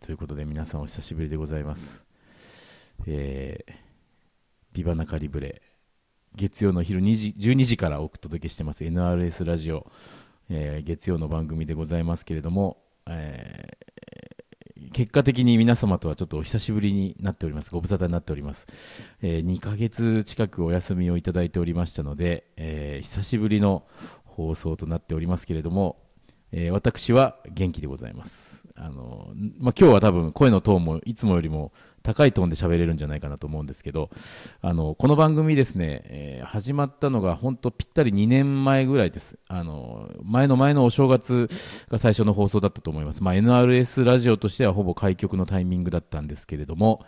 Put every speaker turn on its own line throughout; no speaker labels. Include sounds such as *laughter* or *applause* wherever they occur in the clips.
ということで皆さんお久しぶりでございます。えー、ビバナカリブレ月曜の昼2時12時からお届けしてます NRS ラジオ、えー月曜の番組でございますけれども、えー結果的に皆様とはちょっとお久しぶりになっておりますご無沙汰になっております、え2ヶ月近くお休みをいただいておりましたので、えー久しぶりの放送となっておりますけれども、えー私は元気でございますあの、まあ、今日は多分声のトーンもいつもよりも高いトーンで喋れるんじゃないかなと思うんですけどあのこの番組ですね、えー始まったのが本当ぴったり2年前ぐらいですあの前の前のお正月が最初の放送だったと思います、まあ、NRS ラジオとしてはほぼ開局のタイミングだったんですけれども、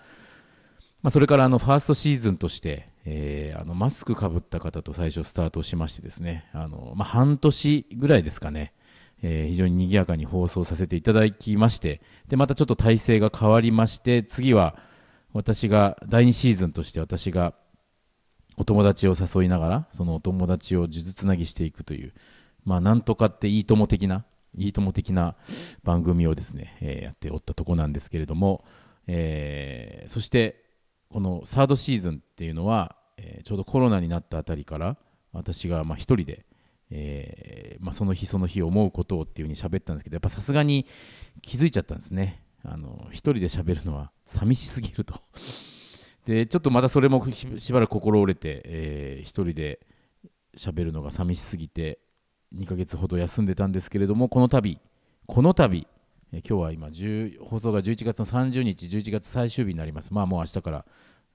まあ、それからあのファーストシーズンとして、えーあのマスクかぶった方と最初スタートしましてですねあの、まあ、半年ぐらいですかね、えー非常に賑やかに放送させていただきましてでまたちょっと体制が変わりまして次は私が第2シーズンとして私がお友達を誘いながらそのお友達を数珠つなぎしていくというまあなんとかっていいとも的ないいとも的な番組をですね、えーやっておったとこなんですけれども、えーそしてこのサードシーズンっていうのは、えーちょうどコロナになったあたりから私がまあ一人で、えーまあ、その日その日思うことをっていうふうに喋ったんですけどやっぱさすがに気づいちゃったんですねあの一人で喋るのは寂しすぎるとでちょっとまたそれもししばらく心折れて、えー一人で喋るのが寂しすぎて2ヶ月ほど休んでたんですけれどもこの度この度えー今日は今10放送が11月の30日11月最終日になりますまあもう明日から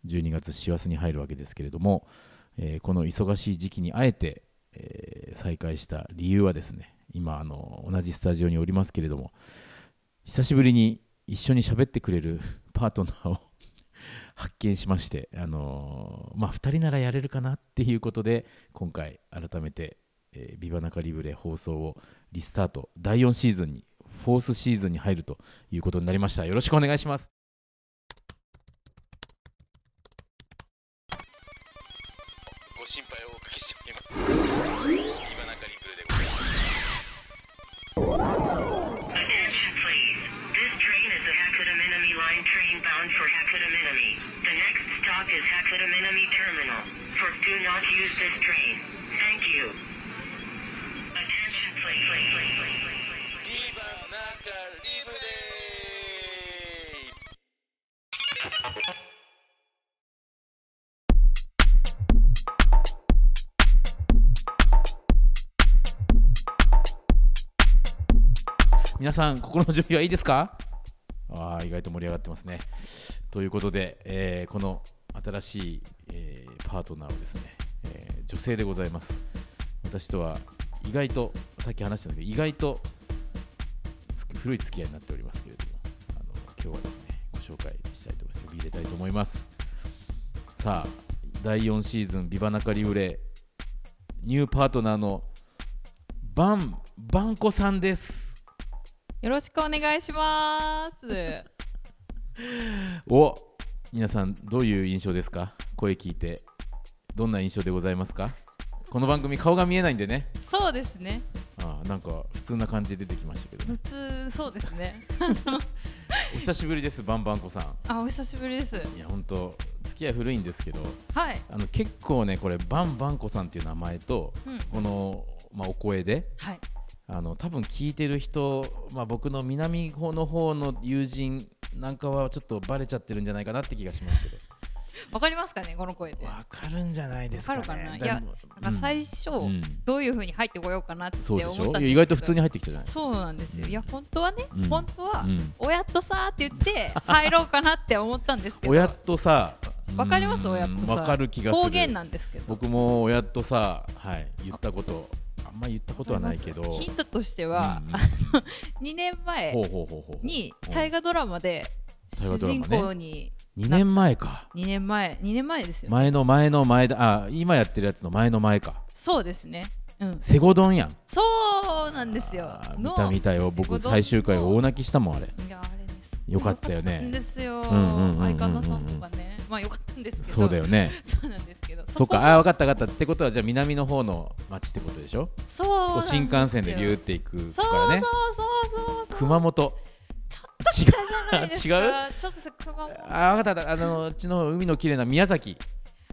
12月師走に入るわけですけれども、えーこの忙しい時期にあえて、えー再開した理由はですね今あの同じスタジオにおりますけれども久しぶりに一緒に喋ってくれるパートナーを発見しまして、あのーまあ、2人ならやれるかなっていうことで今回改めて「えービバナカリブレ」放送をリスタート第4シーズンにフォースシーズンに入るということになりましたよろしくお願いします
ご心配をおかけしております。今中リプルでございます。
Attention, please. This train is a Hakata Minami line train bound for Hakata Minami. The next stop is Hakata Minami Terminal. For do not use this train. Thank you. Attention, please. please, please, please, please, please, please.
今中リプレイ
皆さん心の準備はいいですかあー意外と盛り上がってますねということで、えーこの新しい、えーパートナーはですね、えー女性でございます私とは意外とさっき話したんですけど意外とつ古い付き合いになっておりますけれどもあの今日はですねご紹介したいと思います呼び入れたいと思いますさあ第4シーズン「ビバナカリウレ」ニューパートナーのバンバンコさんです
よろしくお願いします。
お皆さんどういう印象ですか声聞いてどんな印象でございますかこの番組顔が見えないんでね
そうですね。
あーなんか普通な感じで出てきましたけど
*laughs* 普通そうです
*laughs*
ね。
お久しぶりですバンバンコさん
あ、お久しぶりです。
いやほんと付き合い古いんですけど
はい。
あの結構ねこれバンバンコさんっていう名前と、
うん
この、まあ、お声で
はい。
あの多分聞いてる人、まあ、僕の南の方の友人なんかはちょっとバレちゃってるんじゃないかなって気がします
*laughs*
けど
わかりますかね、この声で。わ
わかるんじゃないですか
か
ね
るかな。い
で
や、
も
なんか最初
うん
どういう風に入ってこようかなって
そう
思っ
で
たん
し
ですけ
ょ
ど。
いや意外と普通に入ってきたじゃない
そうなんですよ。
うん
いや、本当はね
うん、
本当は
うん。
親とさーって言って入ろうかなって思った
*laughs*
んですけど
親とさ
わかります
うん
親とさ
わかる気がする
方言なんですけど
僕も親とさはい言ったことあんま言ったことはないけど
ヒントとしては *laughs*
うん
2年前
ほうほうほうほう
に大河ドラマで
大河
主
ドラ
人
マね
公に
2年前か
2年前2年前ですよね
前の前の前だあ今やってるやつの前の前か
そうですねうん
セゴドンやん
そうなんですよ
あー見
の
た見たよ
セゴド
僕
ン
最終回大泣きしたもんあれ
いやあれです
よかったよね
よかったんですよ
んうんうんうんうん
相方さんとかねまあよかったんですけど
そうだよね
そうなんですけど
そう
こ
かあー分かった分かったってことはじゃあ南の方の町ってことでしょ
そうなん
こう
ですよ
新幹線でビューって行く
そ
か
う
ら
そう
ね
そうそうそう
熊本
ちょっと北じゃないですか。
違
うちょっとそれ熊本。
あ分かった分かったあのうちの海の綺麗な宮崎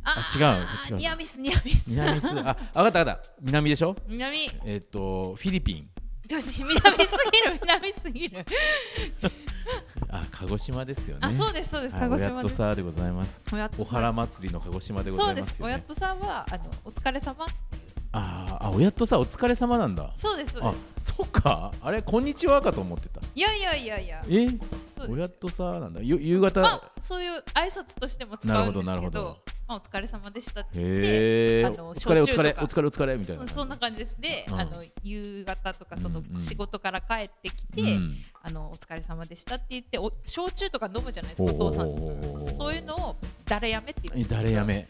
あ
あ違う違う
ニアミス、ニアミス。
南すあ分かった分かった南でしょ
南。
えっ、とフィリピン
どうし南すぎる、南すぎる。
あ鹿児島ですよね
あ、そうです、そうです。
はい
鹿児島
おやっと
です。
さーでございます
おやっ
お
とさ
原祭りの鹿児島でござ
そう
い
で。
ますす
お
よ
や
ね
っとさんは、あの、お疲れ様。
あーあおやっとさお疲れ様なんだ
そうです。そう
あ
です
そっかあれこんにちはかと思ってた
いやいやいやいや。
え
そうです
おやっとさーなんだゆ夕方、
まあ、そういう挨拶としても使うんですけ
なるほど
ど。
なるほど
まあ、お疲れ様でしたって言って。
へえ
あ
お
の
疲れお
焼酎
疲れ
とか
お疲れお疲れみたいな
そそんな感じですで、
うん
あの夕方とかそ
うんう
の
ん
仕事から帰ってきて、
うん
あのお疲れ様でしたって言ってお焼酎とか飲むじゃないですか
おうおうお
お
う
父さん
おうおう
とそういうのを誰やめって言うんですよ
誰や
*laughs*
め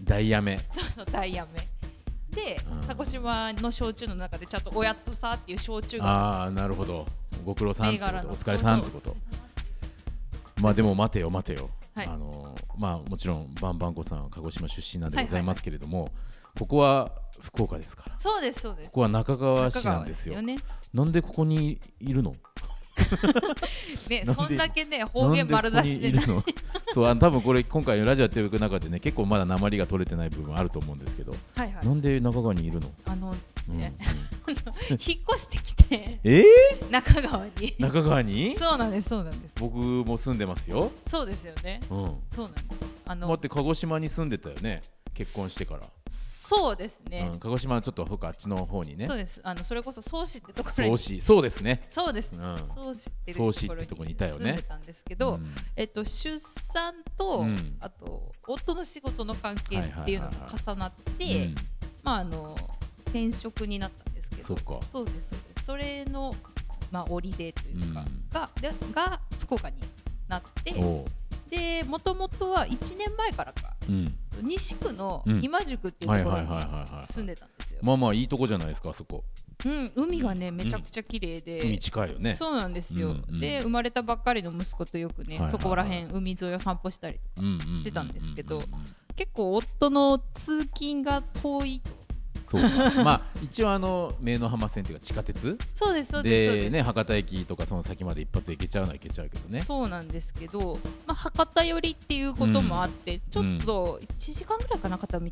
大やめ
そうそう大やめで
うん
鹿児島の焼酎の中でちゃんと「おやっとさ」っていう焼酎があ
あ
る
あ
んで
なるほどご苦労さんってこ
銘柄
と
の
お疲れさんってことまあでも待てよ待てよ、
はい
あのーまあもちろんバンバンコさんは鹿児島出身なんでございますけれども、ここは福岡ですから
すよそうですそうです
ここは中川
中
市
川
なんですよ
ね
なんでここにいるのなん
ね
で
そんだけね方言丸出しで
な
な
で
ん
ここにいる
*laughs*
のそうあの多分これ今回ラジオやってる中でね結構まだ鉛が取れてない部分あると思うんですけど、
はいはい
なんで中川にいるの、
あの
うん
ね *laughs* 引っ越してきて
え
中川に
ー、中川に
そうなんですそうなんです
僕も住んでますよ、
そうですよね
うん、
そうなんですあ
待っ
の
て鹿児島に住んでたよね結婚してから、
そうですね
うん、鹿児島はちょっとほかあっちの方にね
そうですあのそれこそ宗師ってところ
そう
に
しそうですね
そうです、
うん
そう知ってる
そう知ってとこにいたよね
住んでたんですけど、
うん
えっと、出産と、
うん
あと夫の仕事の関係っていうのが重なって、
うん
まああの転職になったんですけど
そっか
そうですそうですそれの、まあ、折でというか、
うん
がでが福岡になって
おう
でもともとは1年前からか
うん
西区の
うん
今宿っていう
はい
とこ
はい
ろ
はい
に
はいはい
住んでたんですよ、
まあまあいいとこじゃないですかあそこ
うん、海がねめちゃくちゃ綺麗で、
海近いよね
そうなんです
う
よ、
んうん
で生まれたばっかりの息子とよくね、
はいはいはい
そこら辺海沿いを散歩したり
うんうんうん
してたんですけど
うんうんうん
結構夫の通勤が遠い
そうか *laughs* まあ一応あの名の浜線っていうか地下鉄
そうですそうですそうで、
ですね博多駅とかその先まで一発で行けちゃうのは行けちゃうけどね
そうなんですけど、まあ、博多寄りっていうこともあって、ちょっと1時間ぐらいかな片道、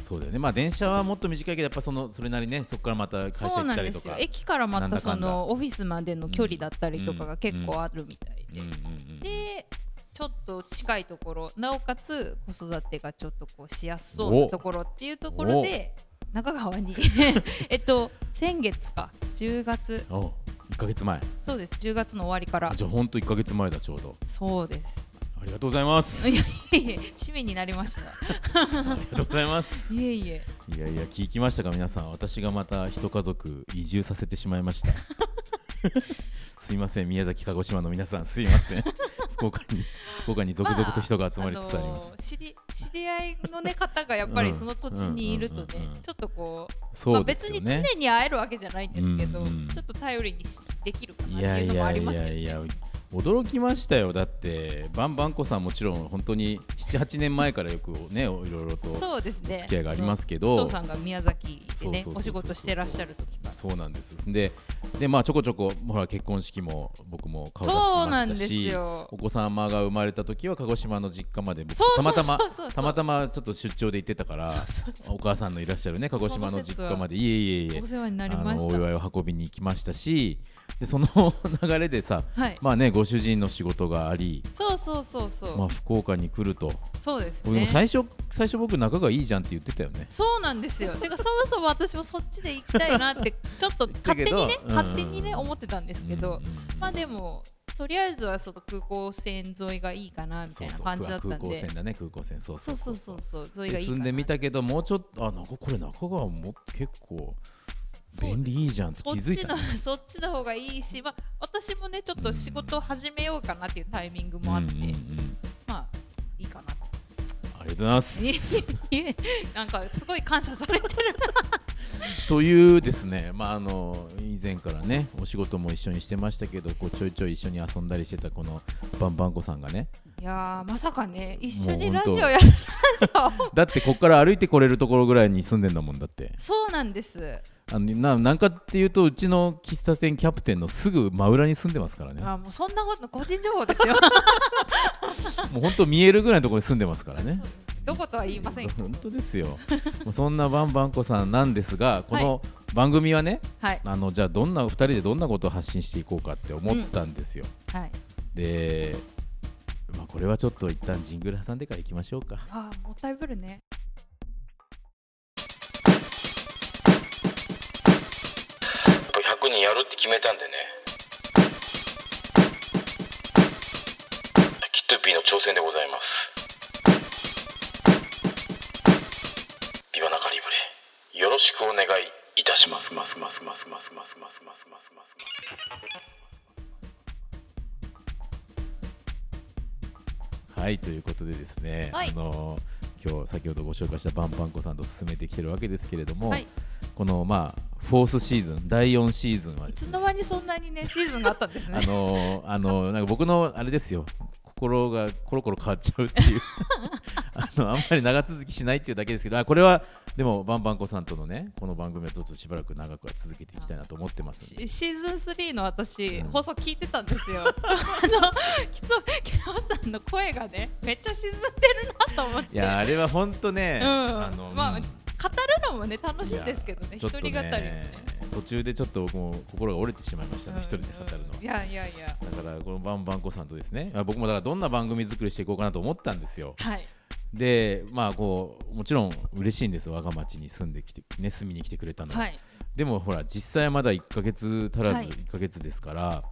そうだよねまあ電車はもっと短いけどやっぱそのそれなりねそこからまた会社
そ
行
う
っ
な
た
ん
り
で
と
すよ
か
駅からま
なんだ
た
かんだ
そのオフィスまでの距離だったりとかが結構あるみたいで、
うんうんうん
でちょっと近いところなおかつ子育てがちょっとこうしやすそうなところっていうところで中川に *laughs* えっと先月か10月
おう1ヶ月前
そうです10月の終わりから
じゃあほんと1ヶ月前だちょうど
そうです
ありがとうございますあ
いやいやいや市民になりました
りがとうございます
いえいえ
いやいや聞きましたか皆さん私がまた一家族移住させてしまいま
*laughs*
したすいません宮崎鹿児島の皆さんすいません福岡に福岡に続々と人が集まりつつあります、
あの知り知り合いの、ね、方がやっぱり
うん
その土地にいるとね、
うんうんうんうん
ちょっとこうま
そ
あ、
うで
別
すよ
に
ね、
常に会えるわけじゃないんですけど、
うんうん
ちょっと頼りにしできるかなっ
い
て
や
いう
い
のもあ
や
り
い
ますよ
や
ね
いや驚きましたよだってバンバンコさんもちろん本当に78年前からよくねいろいろと
そうですね。
お付き合いがありますけ
お
ど
父さんが宮崎でね
そうそうそうそうそう
お仕事してらっしゃる時から。
そうなんですでで、まあ、ちょこちょこほら結婚式も僕も顔出し
そう
て
な
ま
ん
した
です
し
よ
お子様が生まれた時は鹿児島の実家まで僕
そう
た
そ
ま
う
たま
そうそうそう
たまたまちょっと出張で行ってたからお母さんのいらっしゃるね鹿児島の実家までいえいえいえ
お世話になり
あ
ま
の
し
お
た。
祝いを運びに行きましたしでその流れでさ、
はい
まあねご主人の仕事があり、
そうそうそうそう。
まあ、福岡に来ると、
そうです
僕も
ね。
最初最初僕仲がいいじゃんって言ってたよね。
そうなんですよ。てかそもそも私もそっちで行きたいなってちょっと勝手 *laughs* に
だ
ね
けど
勝手に
うん
ね思ってたんですけ
う
ど
んうんうん、
まあでもとりあえずはその空港線沿いがいいかなみたいな感じだったん
空港
で
線。だね空港線そうそ
そううそうそうそう沿いが
で
いいか
住
な。
んでみたけどもうちょっとあなんかこれ中川も結構
そうです
便利いいじゃんって気
そっ
づい
ち
た
の *laughs* そっちの方がいいし、まあ、私もねちょっと仕事を始めようかなっていうタイミングもあって、
うんうんうん
まあいいかなと
ありがとうございます。
*laughs* なんかすごい感謝されてる
というですね、まあ、あの以前からねお仕事も一緒にしてましたけどこうちょいちょい一緒に遊んだりしてたこのバンバンコさんがね
いやーまさかね一緒
も
に
う
ラ
本
ジ
当
オやるなん
だってこっから歩いてこれるところぐらいに住んでんだもんだって
そうなんです。
あのななんかっていうとうちの喫茶店キャプテンのすぐ真裏に住んでますからね
あもうそんなこと個人情報ですよ。
もう本当見えるぐらいのところに住んでますからね
そうどことは言いませんけど
*laughs* 本。当ですよもうそんなバンバンコさんなんですがこの番組はね、
はい
あのじゃあどんな2人でどんなことを発信していこうかって思ったんですよ、
はい。
で、まあ、これはちょっと一旦ジングル挟んでからいきましょうか
あーもったいぶるね。
100人やるって決めたんでねキットピーの挑戦でございますビバナカリブレよろしくお願いいたしますますますますますますますますますます
はいということでですね、
はい
あの今日先ほどご紹介したバンバンコさんと進めてきてるわけですけれども、
はい
このまあフォースシーズン第4シーズンはで
いつ
すね
の間にそんなにねシーズンがあったんです
あ
ね。
のーあのーなんか僕のあれですよ心がコロコロ変わっちゃうって
*laughs*
いうあのあんまり長続きしないっていうだけですけどあこれはでもバンバンコさんとのねこの番組はちょっとしばらく長くは続けていきたいなと思ってますんで
シシーズン3の私、
うん
放送聞いてたんですよ。あのきっとケオさんの声がねめっちゃ沈んでるなと思って。
いやあれは本当ね、
うん、
あの
まあ
うん
語るのもね楽しいんですけどね
ちょ
一
っ
人
と
語りもね。
途中でちょっと僕も心が折れてしまいましたね、
うん
一人で語るの
うんい
は。
やいやいや。
だからこのバンバンコさんとですねあ僕もだからどんな番組作りしていこうかなと思ったんですよ。
はい。
でまあこうもちろん嬉しいんです我が町に住んできて、ね、住みに来てくれたのは、
はい。
でもほら実際まだ1ヶ月足ら
はい
ず1ヶ月ですから、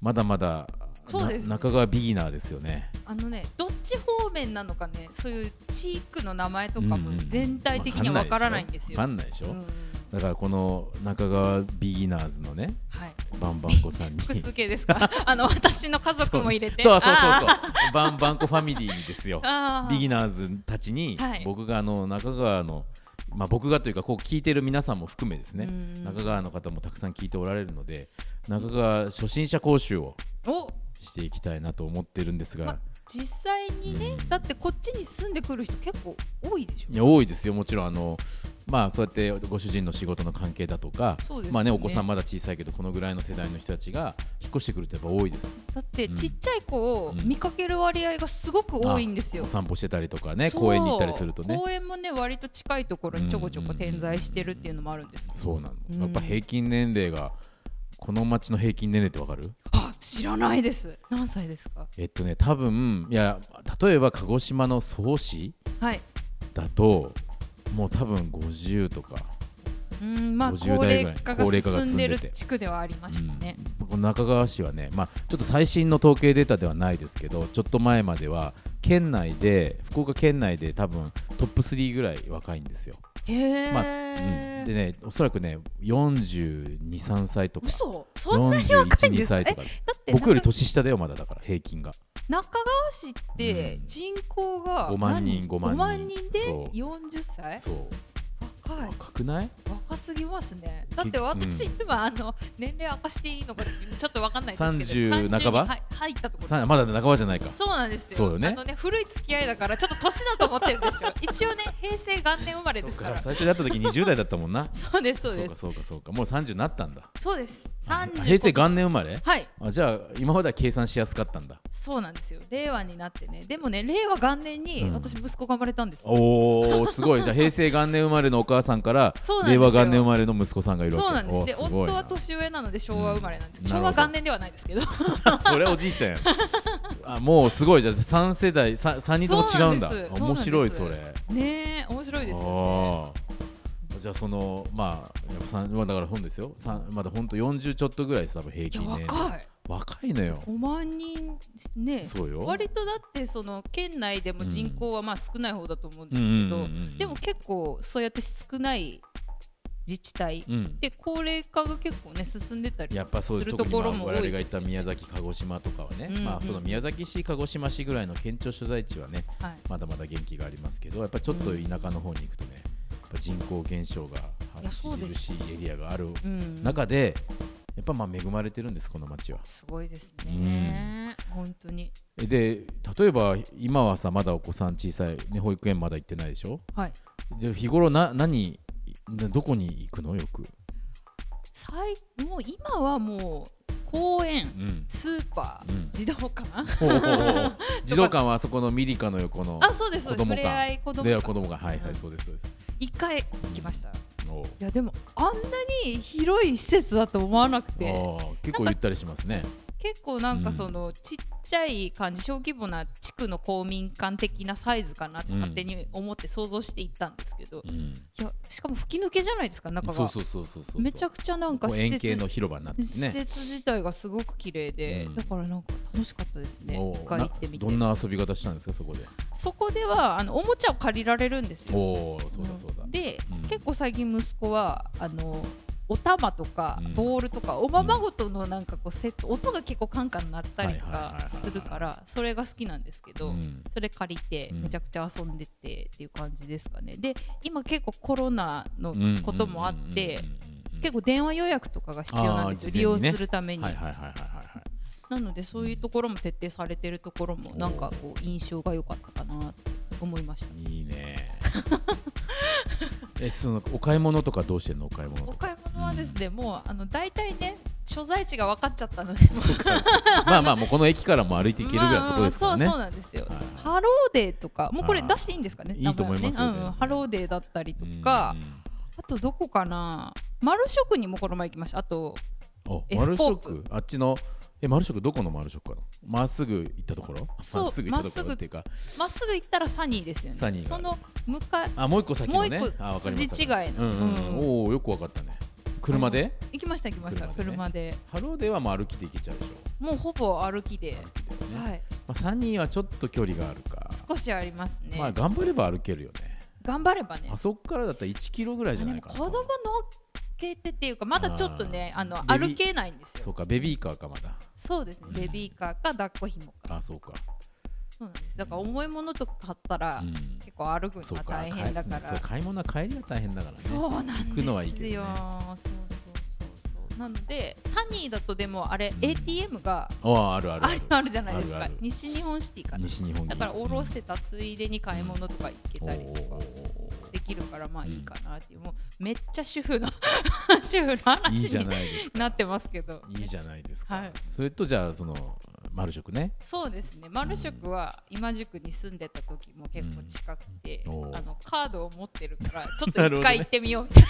まだまだ
そうですね
な中川ビギナーですよね。
あのねどっち方面なのかねそういう地域の名前とかも
うんうん
全体的にはわからないんですよ。
わかんないでしょ、
うんうん
だからこの中川ビギナーズの
*laughs*
ね
はい。
バンバンコさんに
複数形ですか。 *laughs* あの私の家族も入れて。
そうそうそう
あー
そうバンバンコファミリーに
*laughs*
ですよ
あー
ビギナーズたちに、
はい
僕があの中川のまあ僕がというかこう聞いてる皆さんも含めですね
うん
中川の方もたくさん聞いておられるので中川初心者講習を
お。
していきたいなと思ってるんですが、
ま実際にね、だってこっちに住んでくる人結構多いでしょ
いや多いですよもちろんあのまあそうやってご主人の仕事の関係だとか、
そうですよね
まあねお子さんまだ小さいけどこのぐらいの世代の人たちが引っ越してくるってやっぱ多いです
だって
うん
ちっちゃい子を
うん
見かける割合がすごく多いんですよ
お、散歩してたりとかね
そう
公園に行ったりするとね
公園もね割と近いところにちょこちょこ点在してるっていうのもあるんですけど
そうなの、
うん
やっぱ平均年齢がこの町の平均年齢ってわかる
あ知らないです何歳ですか
えっとね多分いや例えば鹿児島の総市
はい
だともう多分50とか、
うんまあ高
50代
齢
ぐらい
化が
高齢化が
進
進
ん
ん
で
で
る
る
地区ではありましたね、
うんこの中川市はね、まあ、ちょっと最新の統計データではないですけどちょっと前までは県内で福岡県内で多分トップ3ぐらい若いんですよ、
へえ、
まあうんでねおそらくね4 2 3歳とか
嘘そんなに若いん
41
ですか
歳と
え
か
だって
僕より
中
年下だよまだだから平均が
中川市って
うん
人口が
5万人
何
5万人
5万人で
そう
40歳
そう
若い
若くない
若すぎますねだって私今あの年齢明かしていいのかちょっとわかんないですけど
30半ば
にはい入ったところ
さまだ半ばじゃないか
そうなんですよ
そうよね
あのね古い付き合いだからちょっと年だと思ってるんで
*laughs*
すよ一応ね平成元年生まれですから
最初に会った時20代だったもんな
そうですそうです
そうかそうかそうかもう30になったんだ
そうです30
平成元年生まれ
はい
あじゃあ今までは計算しやすかったんだ
そうなんですよ令和になってねでもね令和元年に
うん
私息子が生まれたんです、
おおすごいじゃあ平成元年生まれのお母さんから
そうなんです
令
よ
和元年生まれの息子さんがいるわけ
そうなんですで
おーごい
夫
な
は年上なので昭和生まれなんですけど、
うん
昭
な
和
るほど
元年ではないですけど *laughs*
*laughs* それおじいちゃんやんあもうすごいじゃあ3世代 3, 三人とも違うんだ
そうなんです
面白い
そう
そ
な
れ
んねえ面白いですよね
あーじゃあそのまあやっぱ三まあだから本ですよ三まだ本当40ちょっとぐらいです多分平
いや
均ね
若い
若いのよ
5万人ね
そうよ
割とだってその県内でも人口はまあ少ない方だと思うん
う
で
んうん
すけ
うんう
ど
ん
でも結構そうやって少ない自治体
うん
で高齢化が結構ね進んでたり
やっぱそう
す
です
る
特
と
に、
こ
まあ、
ろも多
我
い
々が
で
行っ
す
た宮崎鹿児島とかはね、
うんうん
まあ、その宮崎市鹿児島市ぐらいの県庁所在地はね
はい
まだまだ元気がありますけどやっぱちょっと田舎の方に行くとね、やっぱ人口減少が
いやそう
著
です
しいエリアがある
うん
中でやっぱまあ恵まれてるんですこの町は。
すごいですね本当に
えで例えば今はさまだお子さん小さい、ね、保育園まだ行ってないでしょ
はい
で日頃な何などこに行くのよく、
最もう今はもう公園 *laughs*
うん
スーパー、
うん
児童館
ほう *laughs* ほうほうほう児童館はあそこのミリカの横の
あそうですそう
子
です触
供
れ合い
館
子供
では
館
子供がはいは
う
い
ん
そうですそうです
一回来ましたい
おう
やでもあんなに広い施設だと思わなくて
ああ結構ゆったりしますね
結構なんかその、ちっちゃい感じ小規模な地区の公民館的なサイズかなって
うん
勝手に思って想像して行ったんですけど、
う
い
ん
やしかも吹き抜けじゃないですか中が
そうそうそうそうそう
めちゃくちゃなんか
こう
施
円形
設
の広場になって
施
ね
設自体がすごく綺麗で、
うん
だからなんか楽しかったですね
おう
一回行ってみて
などんな遊び方したんですかそこで
そこではあのおもちゃを借りられるんですよ
おおそうだそうだ
で、
うん
結構最近息子はあのお玉とか
うん
ボールとか、おままごとのなんかこうセット音が結構カンカン鳴ったりと
はいはいはい
か
はいはい
するからそれが好きなんですけど、
うん
それ借りて
うん
めちゃくちゃ遊んでてっていう感じですかねで今結構コロナのこともあって
うんうんうんうんうん
結構電話予約とかが必要なんですよ、利用するために、
はいはいはいはいはい
なのでそういうところも徹底されてるところもなんかこう印象が良かったかなと思いました
いいね
*laughs*
えそのお買い物とかどうしてんのお買い物
お
とか
買い物はですね、もうあの大体ね所在地が分かっちゃったので
まあまあもうこの駅からも歩いていけるぐらいのところですからね、
まあまあそうそうなんですよ、
はいはい
ハローデーとかもうこれ出していいんですかね
あーいいと思いますよ
名前
全
はねうんう
然
ん、ハローデーだったりとか、あとどこかな丸食にもこの前行きましたあと
うんうんあ
F
丸
コー
食あっちのえ丸食どこの丸食かなまっすぐ行ったところ
そう
まっすぐ行ったところっていうか
まっすぐ行ったらサニーですよね
サニーが
そ
ある
の向かい
あもう一個先のね
もう一個
あわかりました
筋違いの
うんうんうん
う
おおよくわかったね車で、
行きました行きました
車
車で,、
ハローではもう歩きで行けちゃうでしょ
もうほぼ歩きで、
歩きでね、
はい
まあ、3人はちょっと距離があるか、
少しありますね、
まあ頑張れば歩けるよね
頑張ればね
あそこからだったら1キロぐらいじゃ
で
ない
も
か
子
な
供乗っけてっていうかまだちょっとね
あー
あの
ベビー
歩けないんですよ
そうかベビーカーかまだ
そうですね、
うん
ベビーカーか抱っこひもか
あそうか、
そうなんですだから重いものとか買ったら、
うん、
結構歩くの
そう
が
か
大変だか
帰そう
ら
買い物は帰りは大変だからね
そうなん
行く
です
の
よ
はいいけどね
そうそうそうそうなのでサニーだとでもあれ、
うん
ATM が
あああるある
あるあるじゃないですか
あるある
西日本シティから
西日本に
だからおろせたついでに買い物とか行け
うん
たりとか
おーおーおーおー
できるからまあいいかなっていう、もうめっちゃ主婦の *laughs* 主婦の
いい
話
じゃ
に
ないですか
なってますけど
いいじゃないですか、
はい
それとじゃあその丸食ね
そうですね丸食は今宿に住んでた時も結構近くて、
うんおー
あのカードを持ってる
*laughs*
からちょっ
なる
と一
ほどね
回行ってみようみたいな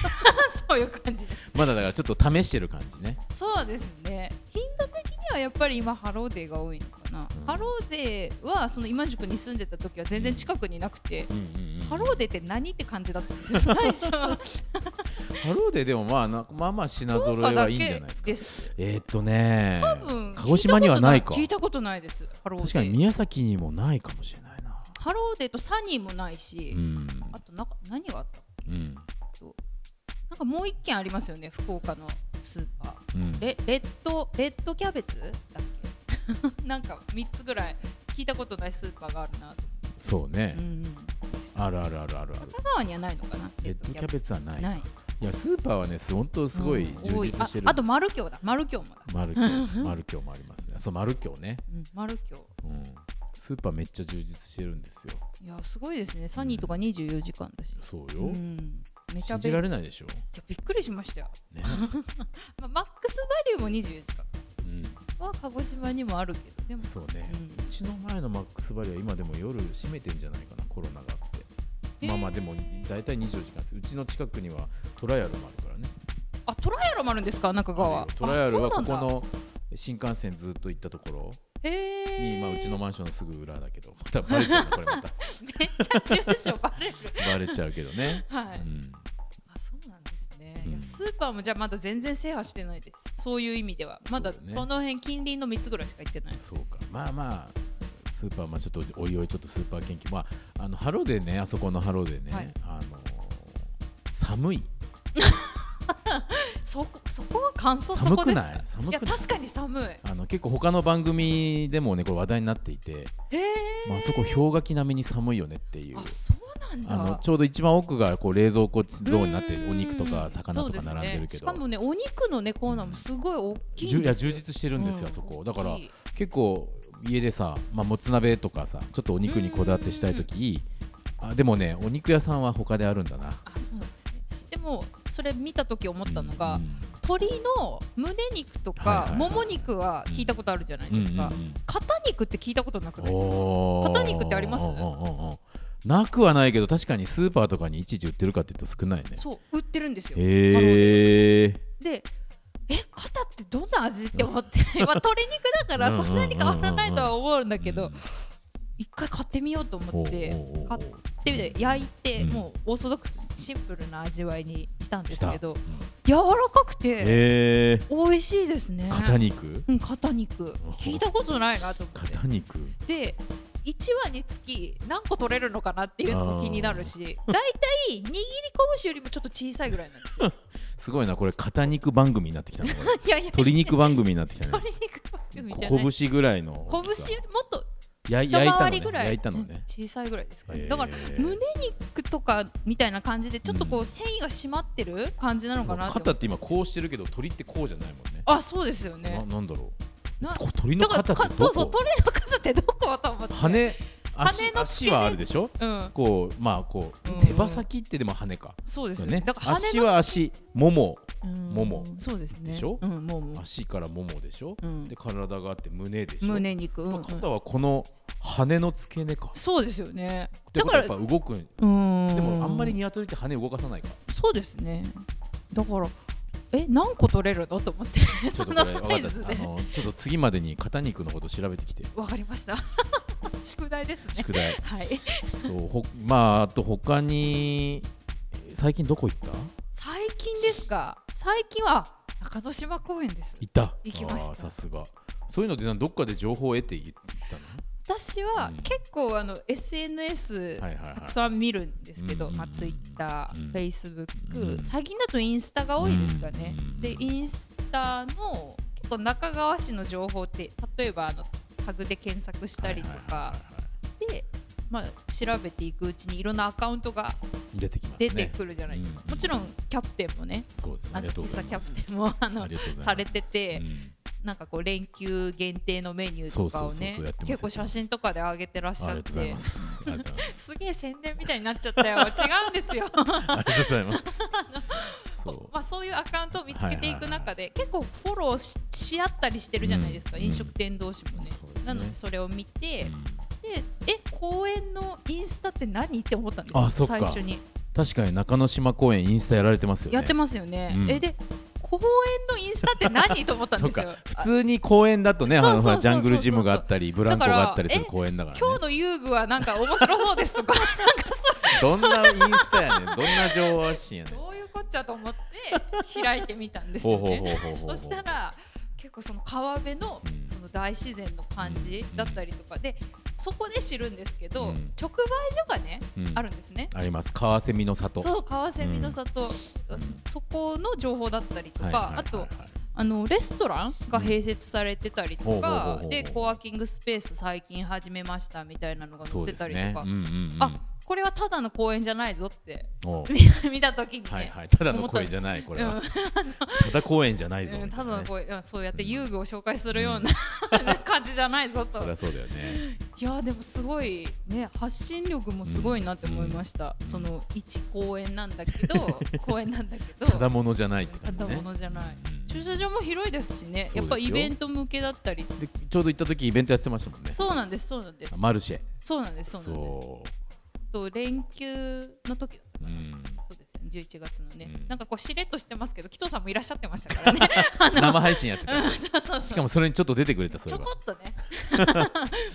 *laughs* そういう感じです
まだだからちょっと試してる感じね
そうですね頻度的にはやっぱり今ハローデーが多いのかな、
うん
ハローデーはその今宿に住んでた時は全然近くになくて、
うんうん、うん、
ハローデーって何って感じだった
*laughs*
んですよ最初
ハローデーでもまあなまあまあ品
福
揃
岡
えは
だ
いいんじゃ
け
ないですか
です
えー、っとね
多分
鹿児島にはないか
聞いたことないですハローデー
確かに宮崎にもないかもしれないな
ハローデーとサニーもないし、
うん
あとなんか何があった
うん
なんかもう一軒ありますよね福岡のスーパー
うん
レレッドレッドキャベツだっけ *laughs* なんか3つぐらい聞いたことないスーパーがあるなと
そうね、
思って、
あるあるあるあるある
香川にはないのかな
レッドキャベツはない
ない
いやスーパーはねす本当すごい
うん
充
多
実
い
してる、
ああと丸京だ丸京もだ、
マルキ
*laughs*
ョマルキョもありますねそうマルキョね、
うん、丸京
うん、スーパーめっちゃ充実してるんですよ
いやすごいですねサニーとか24時間だし、
そう
う
よ、
ん、めち
信
ゃべ
じ
いや
られないでしょ、
びっくりしましたよ、 *laughs*
ね
まあ、マックスバリューも24時間
う
は鹿児島にもあるけどで
ん、
も
そうね、
うん
うちの前のマックスバリは今でも夜閉めてんじゃないかなコロナがあって
へー
まあまあでも大体24時間ですうちの近くにはトライアルもあるからね
あトライアルもあるんですか中川は
トライアルはここ
あそうなんだ
の新幹線ずっと行ったところ
へ
に、
え
まあ、うちのマンションのすぐ裏だけど *laughs* またバレちゃうなこれまた
めっちゃ住所バレる
バレちゃうけどね、
はい、
うん、
あそうなんですね、
う
い
ん
やスーパーもじゃあまだ全然制覇してないですそういう意味ではまだ
そうだね
その辺近隣の3つぐらいしか行ってない
そうかまあまあスーパーまあちょっとおいおいちょっとスーパー研究まああのハローでねあそこのハローでね、
はい
あの寒い
そそこは乾燥
寒
そこ
く
です
ない
か
寒
いや
くない
確かに寒いへ
あの結構他の番組でもねこれ話題になっていて、
え、
まああそこ氷河期並みに寒いよねっていう
あそうなんだ
あのちょうど一番奥がこう冷蔵庫ゾ
う
ーンになって
ーん
お肉とか魚と
そう
か
すね
並んでるけ
し
ど、
かもねお肉のねコーナーもすごい大きいんですよ
じゅいや充実してるんですよ、
うん
そこだから
大きい
結構家でさ、まあ、もつ鍋とかさちょっとお肉にこだわってしたい時あでもねお肉屋さんは他であるんだな
あそうなんですねでもそれ見た時思ったのが、
うん
鶏の胸肉とか、
はいはいはい
もも肉は聞いたことあるじゃない
うん
ですか、
うんうん
肩肉って聞いたことなく
うん
ないですか
おー
肩肉ってあります
うんうんうんうんなくはないけど確かにスーパーとかにいちいち売ってるかっていうと少ないね
そう売ってるんですよハローで
へえ
でえ肩ってどんな味って思って
*laughs*
まあ鶏肉だからそんなに変わらないとは思うんだけど一回買ってみようと思って
おうおうおう
買ってみて焼いて
うん
もうオーソドックスにシンプルな味わいにしたんですけど
したうん
柔らかくて
へえ
美味しいですね
肩肉
うん肩肉聞いたことないなと思って
肩肉
で1話につき何個取れるのかなっていうのも気になるし大体握り拳よりもちょっと小さいぐらいなんですよ
すごいなこれ肩肉番組になってきたのこれ
*laughs* いやいや
鶏肉番組になってきた
*laughs*
ね
鶏肉番組じゃない
拳ぐらいの大きさ
拳よりもっと
や焼い
一
たの
回
ね
りぐらい
焼いたの
うん
ね
小さいぐらいですか
へ
ね、
ー
だから胸肉とかみたいな感じでちょっとこう繊維が締まってる感じなのかなって
肩って今こうしてるけど鳥ってこうじゃないもんね
あそうですよね
ななんだろう
な
こ鳥の
だから
肩って
か
ど
そうそう
こ
鳥の肩ってどこと思って
羽足
羽の付
足
け根
はあるでしょ
うん
こうまあこ
うん
う手羽先ってでも羽か
そうですよね
ね
だから羽の
足は足もも
うん
もも
そうですね
でしょ
うんもも
足からももでしょ
うん
で体があって胸でしょ
胸肉、うんうん
肩はこの羽の付け根か
そうですよね
って
だ
こと
か
は
ら
やっぱ動くん
うん
でもあんまり鶏って羽動かさないか
そうですねだからえ何個取れるのと思ってそんなサイズ
ちょっとこれわかっ
で
たあのちょっと次までに肩肉のこと調べてきて
わかりました *laughs* 宿題ですね
宿
*laughs*
題
はい
そうほまああと他に最近どこ行った
最近ですか最近は中之島公園です
行った
行きました
あーさすがそういうのでなどっかで情報を得て行ったの
私は
うん
結構あの SNS
はいはいはい
たくさん見るんですけど、
うんうんうん
まあ、Twitter、
うん
Facebook、
うん
最近だとインスタが多いですかね、
うんうんうん
でインスタの結構中川市の情報って例えばあのタグで検索したりと
は
か
いはいはいは
で、まあ、調べていくうちにいろんなアカウントが
い出てきますね
出てくるじゃないです
う
か、
んうん
もちろんキャプテンもね
そうですねあ
あ
り
の
がとうご
喫
ざ
茶
い
キャ
ま
プ
す
テンもあ
あ
の
りがとうございます
されてて、
うん
なんかこう連休限定のメニューとか
そ
を
うそうそう
ね
そうやってます
結構写真とかで上げてらっし
あ
ゃ
り
っ
がとうござい
て
ますありがとうございます
すげえ宣伝みたいになっちゃったよ違うんですよ *laughs*
ありがとうございますそう
まあそういうアカウントを見つけていく中で結構フォローしし合ったりしてるじゃないですか、
うん
飲食店同士もね
そうですね
なのでそれを見て、
うん
でえ公園のインスタって何って思ったんです
あ
よ
そっか
最初に、
確かに中之島公園インスタやられてますよね
やってますよね、
うん
えで公園のインスタって何と思ったん
そう
ですよ
か普通に公園だとねあの
そうそうそうそう
ジャングルジムがあったりブランコがあったりする公園だからね
今日の遊具はなんか面白そうですとか *laughs* なんかそう
どんなインスタやねん
*laughs*
どんな情報発信やねん
どういうこっちゃと思って開いてみたんです
ほう
よ
ほうほう
ね。
ほうほう
そしたら結構その川辺の
うん
その大自然の感じだったりとかでそこで知るんですけど、
うん
直売所がね、
うん
あるんですね。
ありますカワセミの里
そう川蝉の里、
ん
そこの情報だったりとか、
はいはいはいはい
あとあのレストランが併設されてたりと
うんほうほうほう
か、
ほう
でコワーキングスペース最近始めましたみたいなのが載
そ
っ
う
て
で
た
す
りとか、
ねうんうんうん
あこれはただの公園じゃないぞって
おう
見た時にね、
はいはいただの公園じゃ
ない
ないこれ
う
は
ん
ただ公園じゃないぞ
うん、
みた
た
い
だ
な
の
ね
こううんそうやって遊具を紹介するような、 *laughs* 感じじゃないぞと
そりゃそうだよね
いやーでもすごいね発信力もすごいなって思いました、その一公園なんだ
*laughs*
けど公園なんだけど
ただものじゃないって感
た
じ
だ
ね
ものじゃない、
うん
駐車場も広いですし
そうで
ね
すよ
やっぱイベント向けだったり
でちょうど行った時イベントやってましたもんね
そうなんですそうなんです
マルシェ
そうなんですそうなんです
そ
と連休の時だった
ううん
そうですよね11月のね、
うん
なんかこうしれっとしてますけど紀藤さんもいらっしゃってましたからね *laughs*
生配信やってた
うんそう *laughs* そうそ
*laughs*
う
しかもそれにちょっと出てくれたそ
ち
れ
ょ
が
こっとね *laughs*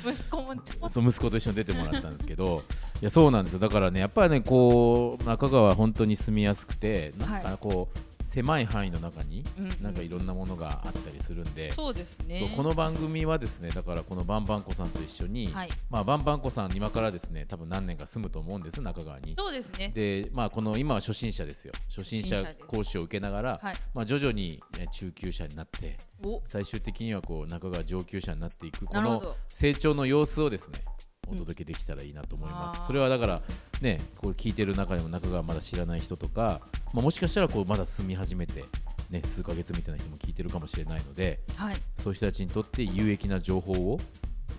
息子もちょこっと
そう息子と一緒に出てもらったんですけどいやそうなんですよだからねやっぱりねこう中川は本当に住みやすくてなん
は
かこう、狭い範囲の中に、
うんうん
なんかいろんなものがあったりするんで。
そうですね
そうこの番組はですねだからこのバンバンコさんと一緒に、
はい
まあ、バンバンコさん今からですね多分何年か住むと思うんです中川に。
そうですね
でまあ、この今は初心者ですよ初心者
初心者です
講習を受けながら、
はい
まあ、徐々にえ中級者になって
お
最終的にはこう中川上級者になっていくこ
なるほ
の
ど
成長の様子をですね
う
お
ん
届けできたらいいなと思います、
あー
それはだからねこう聞いてる中でも中川まだ知らない人とか、まあ、もしかしたらこうまだ住み始めて、ね、数ヶ月みたいな人も聞いてるかもしれないので
はい
そういう人たちにとって有益な情報を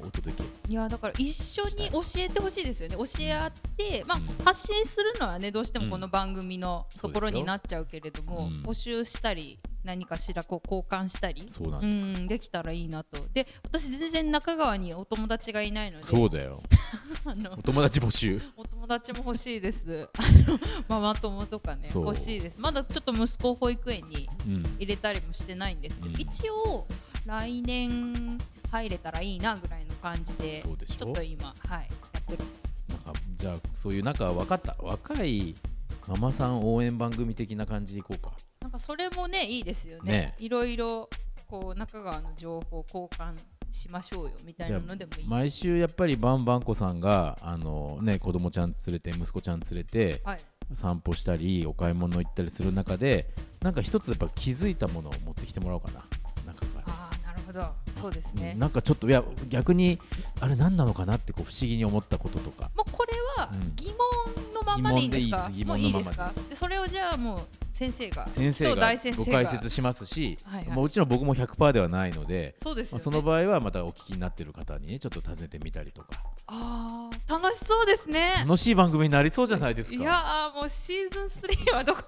お届け
いやだから一緒に教えてほしいですよね教え合って、まあ
うん、
発信するのはねどうしてもこの番組の
そうで
と
すよ
ころになっちゃうけれども、
うん
募集したり何かしらこう交換したり
そうなん
う
です、
んできたらいいなとで私全然中川にお友達がいないので
そうだよ
あの
お友達募集
お友達も欲しいです。あのママ友とかね
そう
欲しいです。まだちょっと息子を保育園に
うん
入れたりもしてないんですけど、
うん
一応来年入れたらいいなぐらいの感じで、
そうでしょ
ちょっと今はいやってるんです
なんかじゃあそういうなんか分かった若いママさん応援番組的な感じでいこうか
なんかそれもねいいですよね。
ね
いろいろこう中川の情報交換しましょうよみたい
じゃ
な
あ
のでもいいし。
毎週やっぱりバンバンコさんがあの、ね、子供ちゃん連れて息子ちゃん連れて
はい。
散歩したりお買い物行ったりする中でなんか一つやっぱ気づいたものを持ってきてもらおうかな中から。
ああなるほど。そうですね。
なんかちょっといや逆にあれ何なのかなってこう不思議に思ったこととか
もうこれは
うん
疑問のままでいいんですか、
疑
もう
問で
い
い
い
いで
で
すす疑問のままです
かでそれをじゃあもう先生が
先生
と
が
大先生
ご
が
解説しますし、
はいはい
まあ、もちろん僕も100%ではないので
そうです
ま
よ、
あ
ね、
その場合はまたお聞きになってる方にねちょっと尋ねてみたりとか
あー楽しそうですね
楽しい番組になりそうじゃないですか
いやーもうシーズン3はどこ
も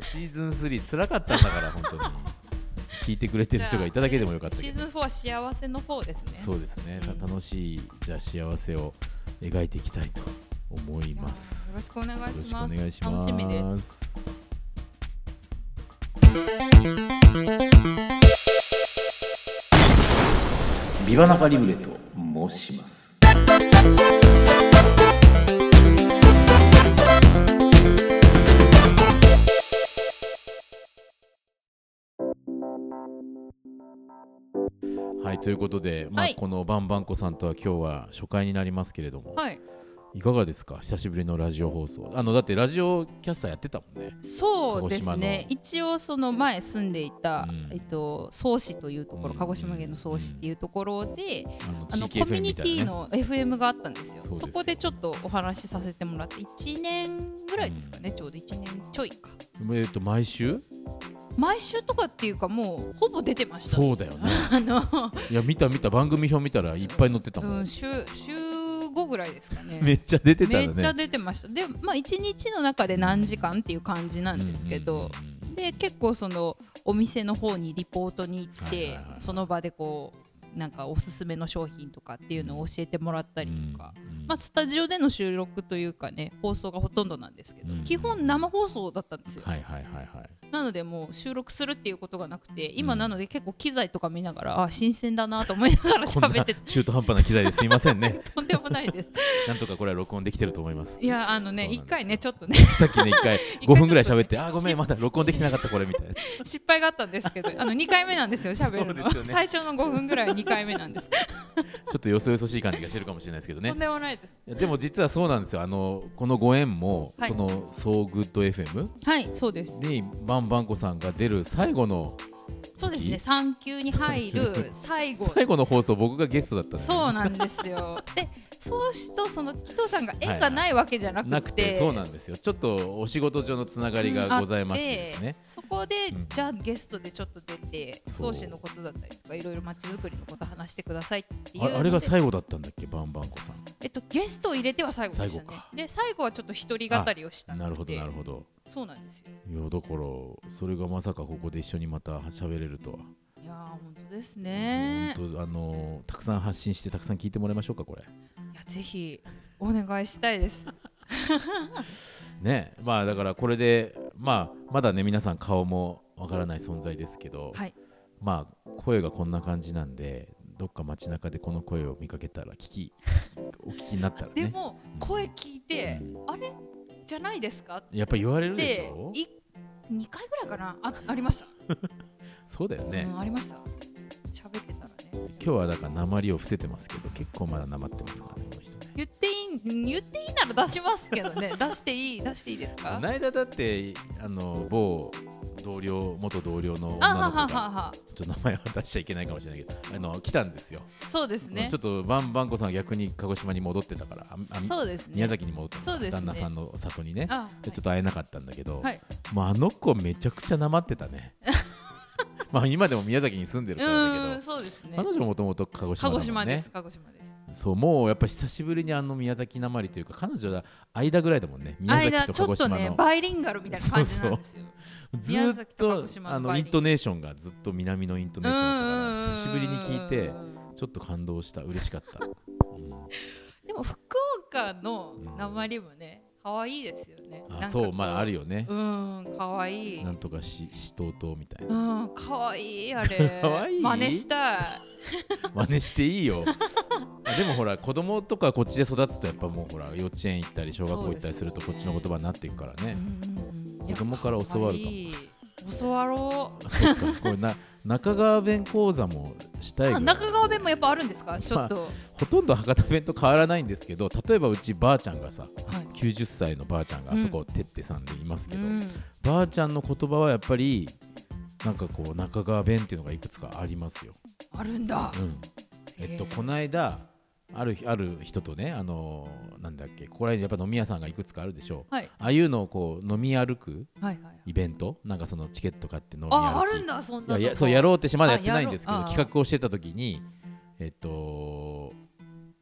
うシーズン3辛かったんだから本
*laughs*
当に聞いてくれてる人がいただけでもよかった
シ
け
ー
ど
ズン4は幸せの方ですね
そうですね、
うん
楽しいじゃあ幸せを描いていきたいと思い
い
ま
やーよろし
す
くお願い
よろし
し
くお
ます
願いします
楽しみです
すビバナカリブレと申しますはいということで、まあ
はい
このバンバンコさんとは今日は初回になりますけれども、
はい
いかがですか久しぶりのラジオ放送あのだってラジオキャスターやってたもんね
そうですね
鹿
一応その前住んでいた、
うん
えっと、総市というところ、
うん
鹿児島県の総市っていうところで、
あの
あの
地域
コミ
FM
ュ
み
ニ
た
テ
いな、
ィ
ね、
の FM があったんです
そ
よ
う
そ
ですよ
こでちょっとお話しさせてもらって1年ぐらいですかね、ちょうど1年ちょいか
えっと毎週
毎週とかっていうかもうほぼ出てました
そうだよね
*laughs* あの、
いや見た見た番組表見たらいっぱい載ってたもん、
うん、週週5ぐらいですかね
めっちゃ出てた
め
ん
っち
だ
ゃ
ね
出てましたでまあ1日の中で何時間っていう感じなんですけど、
うんうんうんうん
で結構そのお店の方にリポートに行って、
はいはいはい
その場でこうなんかおすすめの商品とかっていうのを教えてもらったりとか、
うんうん
まあ、スタジオでの収録というかね放送がほとんどなんですけど、
うん
基本生放送だったんですよ、
はいはいはいはい
なのでもう収録するっていうことがなくて今なので結構機材とか見ながらあ新鮮だなと思いながら
こん
喋っ
な
て
中途半端な機材ですいません
*laughs*
ね
とんでもないです
なんとかこれは録音できてると思います
いやあのね
そうなんですよ
一回ねちょっとね
さっきね一回
一回
5分ぐらい喋って
ちょっ
あ
とね
ごめんまだ録音できてなかったこれみたいな
*laughs* 失敗があったんですけどあの2回目なんですよ喋るの、
*laughs*
*laughs*
そうですよね
最初の5分ぐらい2回目なんです
ちょっとよそよそしい感じがしてるかもしれないですけどね
とんでもないです
いやでも実はそうなんですよあのこのご縁も、
はい
その「So Good FM
はいそうです」
にバンバンコさんが出る最後の
そうですね3級に入る最後
最後の放送僕がゲストだったんです
そうなんですよでそうしとその紀藤さんが縁がないわけじゃなくて,、
なくてそうなんですよちょっとお仕事上のつながりがございましてですね
あっ、てそこで、
うん
じゃあゲストでちょっと出て
そう
創始のことだったりとかいろいろまちづくりのこと話してくださいってい
あ
うので
あれが最後だったんだっけバンバンコさん
えっと、ゲストを入れては最後でした
最
ね
後か
で最後はちょっと一人語りをした
なるほどなる
ほ
ほど
どそうなんですよ
いやだからそれがまさかここで一緒にまた喋れるとは、
いやー本当ですね
本当あのたくさん発信してたくさん聞いてもらいましょうかこれ
いやぜひお願いしたいです
*laughs* ねまあだからこれで、まあ、まだね皆さん顔もわからない存在ですけど、
はい
まあ声がこんな感じなんでどっか街中でこの声を見かけたら聞きお聞きになったら
で
ね
も、声聞いて、あれじゃないですか
やっぱ言われるでし
で
ょ
い二回ぐらいかなあありました、
そうだよね、
うん、ありました喋ってたらね
今日はだから鉛を伏せてますけど結構まだ鉛ってますからねこの人ね
言っていい言っていいなら出しますけど
*laughs*
ね出していい出していいです
こ
か
の間だってあの某同僚元同僚の
あ
女
は
の
は
子
は
が
は
ちょっと名前は出しちゃいけないかもしれないけどあの来たんですよ、
そうですね
ちょっとバンバンコさんは逆に鹿児島に戻ってたからああ
そうですね
宮崎に戻ったのか
そうですね
旦那さんの里にね
あ
でちょっ
っ
と会えなかったんだけど、
はい *laughs*
もうあの子めちゃくちゃなまってたねまあ今でも宮崎に住んでるか
う
らだ
ー
け
ん、そうですね
ど。彼女もともと鹿児島
鹿
だも
児
んね
島です。鹿児島です。
そうもうやっぱ久しぶりにあの宮崎なまりというか彼女は間ぐらいだもんね宮
間
崎
ち
と鹿
ょ
児
っと
島
ね
の
バイリンガルみたいな感じなんですよ。
ず
宮
ーっ
崎と鹿
と
児島の
あの
バ
イ
イ
ン
リン
トネーションがずっと南のイントネーションだから久しぶりに聞いて
うんうんうんうん
ちょっと感動した嬉しかった、うん
でも福岡の鉛もね、可愛いですよね。なん
あ
か
そうまあある
よ。
よね
う、ーん、可愛い
なんとかししとうとうみたいな
うん、可愛いあれ。
可愛い
真似
*laughs*
したい。
真似していいよあでもほら子供とかこっちで育つとやっぱもうほら幼稚園行ったり小学校行ったりするとこっちの言葉になっていくからね子供から教わるかも
いや可愛い教わろう。
あそっかこれな中川弁講座もしたいぐら
あ
い
中川弁もやっぱあるんですか。
*laughs*
ちょっと。
ほとんど博多弁と変わらないんですけど例えばうちばあちゃんがさ
はい。
90歳のばあちゃんが
う
あ
ん
そこ、てってさんでいますけ
う
ど、
ん
ばあちゃんの言葉はやっぱりなんかこう中川弁っていうのがいくつかありますよ。
あるんだ。
うんえっと、
へー
この間ある日ある人とね、あのーなんだっけここら辺やっぱ飲み屋さんがいくつかあるでしょう、
はい
ああいうのをこう飲み歩く
はいはい。
イベントなんかそのチケット買って飲み歩き
あ、あるんだ、そん
い
な
や
の。
いやそうやろうってしまだやってないんですけ
あや
ど
ろう
企画をしてた時にえっと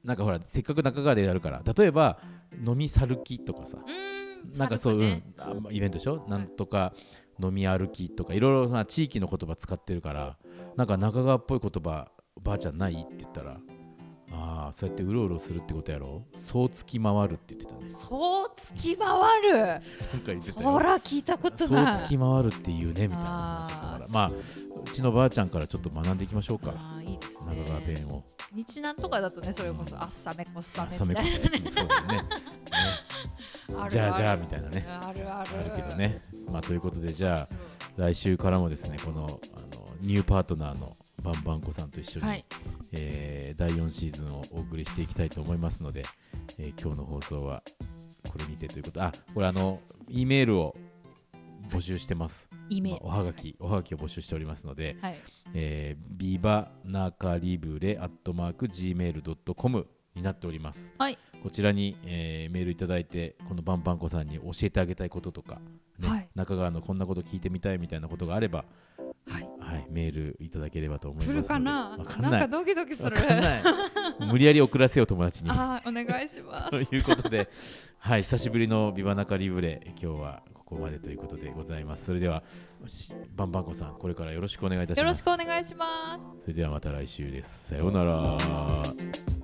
なんかほらせっかく中川でやるから例えば飲み歩きとかさ
うーん。
なんかそう、
軽くね
うんあまあイベントでしょ、なんとか飲み歩きとかいろいろな地域の言葉使ってるからなんか中川っぽい言葉ばあちゃんないって言ったらああそうやってうろうろするってことやろそうつき回るって言ってたね
*laughs* そうつき回る。
なんか言ってたよ
そら聞いたこと
そう
ない。
つき回るっていうねみたいな話だったから
あー
まあうちのばあちゃんからちょっと学んでいきましょうか
あーいいですね
中。川弁を。
日南とかだとね、それこそ、あっさめこっさ
朝
めみ
め
た
こ
*laughs* い
さんそうだねね
な。るる
じゃあじゃあみたいなね。
あるある。
あるけど。ねまあということでじゃあ
そう
来週からもですねこのあのニューパートナーのバンバンコさんと一緒に、
はい
えー第4シーズンをお送りしていきたいと思いますので、えー今日の放送はこれにてということあこれあの E メールを募集してます、
イメ
まあおはがきおはがきを募集しておりますので、
はい。
えー、ビバナカリブレアットマーク Gmail.com になっております
はい。
こちらに、えーメールいただいてこのバンバンコさんに教えてあげたいこととか、ね
はい
中川のこんなこと聞いてみたいみたいなことがあれば、
はい。
はい、メールいただければと思いますの
来る
で
かな
わかん
な
なん
か
い
ドキドキす
わ
る。
かんない無理やり送らせよう友達に
*laughs* あーお願い
*laughs*
しま
と
す。
いうことで、はい、久しぶりの「ビバナカリブレ」今日はここまでということでございますそれではしバンバンコさんこれからよろしくお願いいたします
よろしくお願いします。
それではまた来週ですさようなら